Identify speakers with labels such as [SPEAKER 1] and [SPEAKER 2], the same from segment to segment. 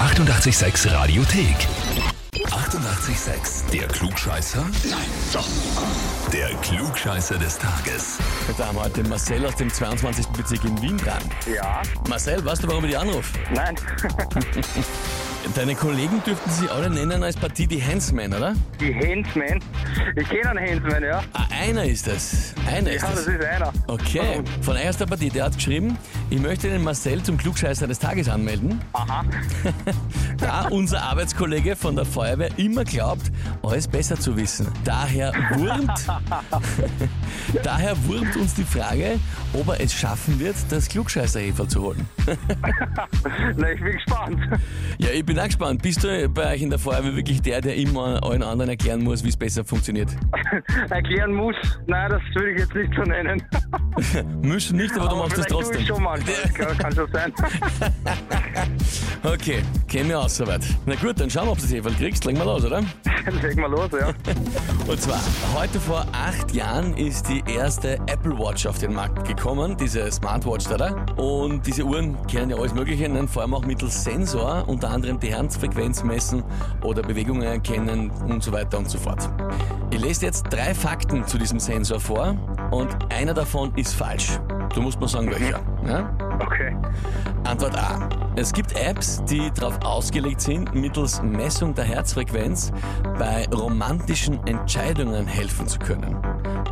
[SPEAKER 1] 886 Radiothek. 88,6. Der Klugscheißer? Nein, doch. Der Klugscheißer des Tages.
[SPEAKER 2] Jetzt haben wir heute den Marcel aus dem 22. Bezirk in Wien dran.
[SPEAKER 3] Ja,
[SPEAKER 2] Marcel, weißt du, warum ich dich anrufe?
[SPEAKER 3] nein.
[SPEAKER 2] Deine Kollegen dürften sie alle nennen als Partie die Hensmen, oder?
[SPEAKER 3] Die Hensman. Ich kenne einen Hensman, ja.
[SPEAKER 2] Ah, einer ist das. Einer ist
[SPEAKER 3] Ja, das
[SPEAKER 2] das.
[SPEAKER 3] ist einer.
[SPEAKER 2] Okay, von euch aus der Partie, der hat geschrieben, ich möchte den Marcel zum Klugscheißer des Tages anmelden,
[SPEAKER 3] Aha.
[SPEAKER 2] da unser Arbeitskollege von der Feuerwehr immer glaubt, alles besser zu wissen. Daher wurmt, daher wurmt uns die Frage, ob er es schaffen wird, das klugscheißer zu holen.
[SPEAKER 3] Na, ich bin gespannt.
[SPEAKER 2] Ja, ich bin auch gespannt. Bist du bei euch in der Feuerwehr wirklich der, der immer allen anderen erklären muss, wie es besser funktioniert?
[SPEAKER 3] Erklären muss. Nein, das würde ich jetzt nicht so nennen.
[SPEAKER 2] Müssen nicht, aber du machst das
[SPEAKER 3] vielleicht tue
[SPEAKER 2] trotzdem.
[SPEAKER 3] ich schon manchmal. Kann, kann schon sein.
[SPEAKER 2] Okay, käme mir aus soweit. Na gut, dann schauen wir, ob du das Heferl kriegst. Legen wir los, oder?
[SPEAKER 3] Leg mal los, ja.
[SPEAKER 2] Und zwar, heute vor acht Jahren ist die erste Apple Watch auf den Markt gekommen, diese Smartwatch da. da. Und diese Uhren kennen ja alles Mögliche, nennen vor allem auch mittels Sensor, unter anderem die Herzfrequenz messen oder Bewegungen erkennen und so weiter und so fort. Ich lese jetzt drei Fakten zu diesem Sensor vor und einer davon ist falsch. Du musst mir sagen, welcher. Ja?
[SPEAKER 3] Okay.
[SPEAKER 2] Antwort A. Es gibt Apps, die darauf ausgelegt sind, mittels Messung der Herzfrequenz bei romantischen Entscheidungen helfen zu können.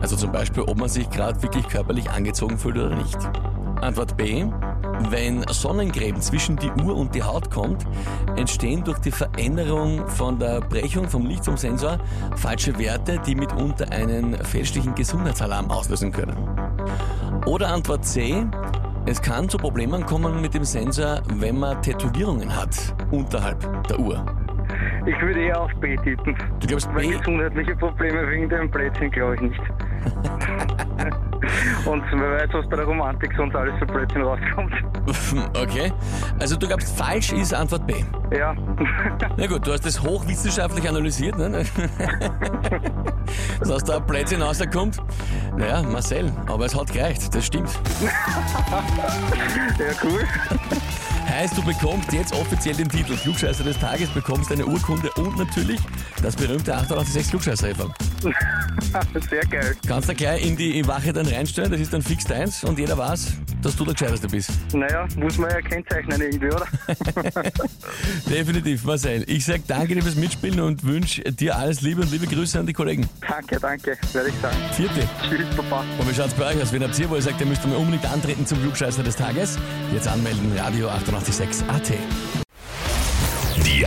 [SPEAKER 2] Also zum Beispiel, ob man sich gerade wirklich körperlich angezogen fühlt oder nicht. Antwort B. Wenn Sonnencreme zwischen die Uhr und die Haut kommt, entstehen durch die Veränderung von der Brechung vom Licht vom Sensor falsche Werte, die mitunter einen fälschlichen Gesundheitsalarm auslösen können. Oder Antwort C. Es kann zu Problemen kommen mit dem Sensor, wenn man Tätowierungen hat unterhalb der Uhr.
[SPEAKER 3] Ich würde eher auf B tippen.
[SPEAKER 2] Du glaubst
[SPEAKER 3] Weil
[SPEAKER 2] B?
[SPEAKER 3] gesundheitliche Probleme wegen dem Blödsinn glaube ich nicht. Und wer weiß, was bei der Romantik sonst alles für Blödsinn rauskommt.
[SPEAKER 2] Okay. Also du glaubst, falsch ist Antwort B.
[SPEAKER 3] Ja.
[SPEAKER 2] Na gut, du hast das hochwissenschaftlich analysiert, ne? Dass aus da ein Blödsinn rauskommt. Naja, Marcel, aber es hat gereicht, das stimmt.
[SPEAKER 3] Ja, cool.
[SPEAKER 2] Heißt, du bekommst jetzt offiziell den Titel Klugscheißer des Tages, bekommst deine Urkunde und natürlich das berühmte 886 klugscheißer -Häferl.
[SPEAKER 3] Sehr geil.
[SPEAKER 2] Kannst du gleich in die Wache dann reinstellen, das ist dann fix deins und jeder weiß, dass du der Gescheiteste bist.
[SPEAKER 3] Naja, muss man ja kennzeichnen irgendwie, oder?
[SPEAKER 2] Definitiv, Marcel. Ich sag danke dir fürs Mitspielen und wünsche dir alles Liebe und liebe Grüße an die Kollegen.
[SPEAKER 3] danke, danke, werde ich sagen.
[SPEAKER 2] Vierte.
[SPEAKER 3] Tschüss, Papa.
[SPEAKER 2] Und wie schaut's bei euch aus? Wen habt ihr, wo ihr sagt, ihr müsst mir unbedingt antreten zum Flugscheißer des Tages? Jetzt anmelden, Radio 886 AT.
[SPEAKER 1] Die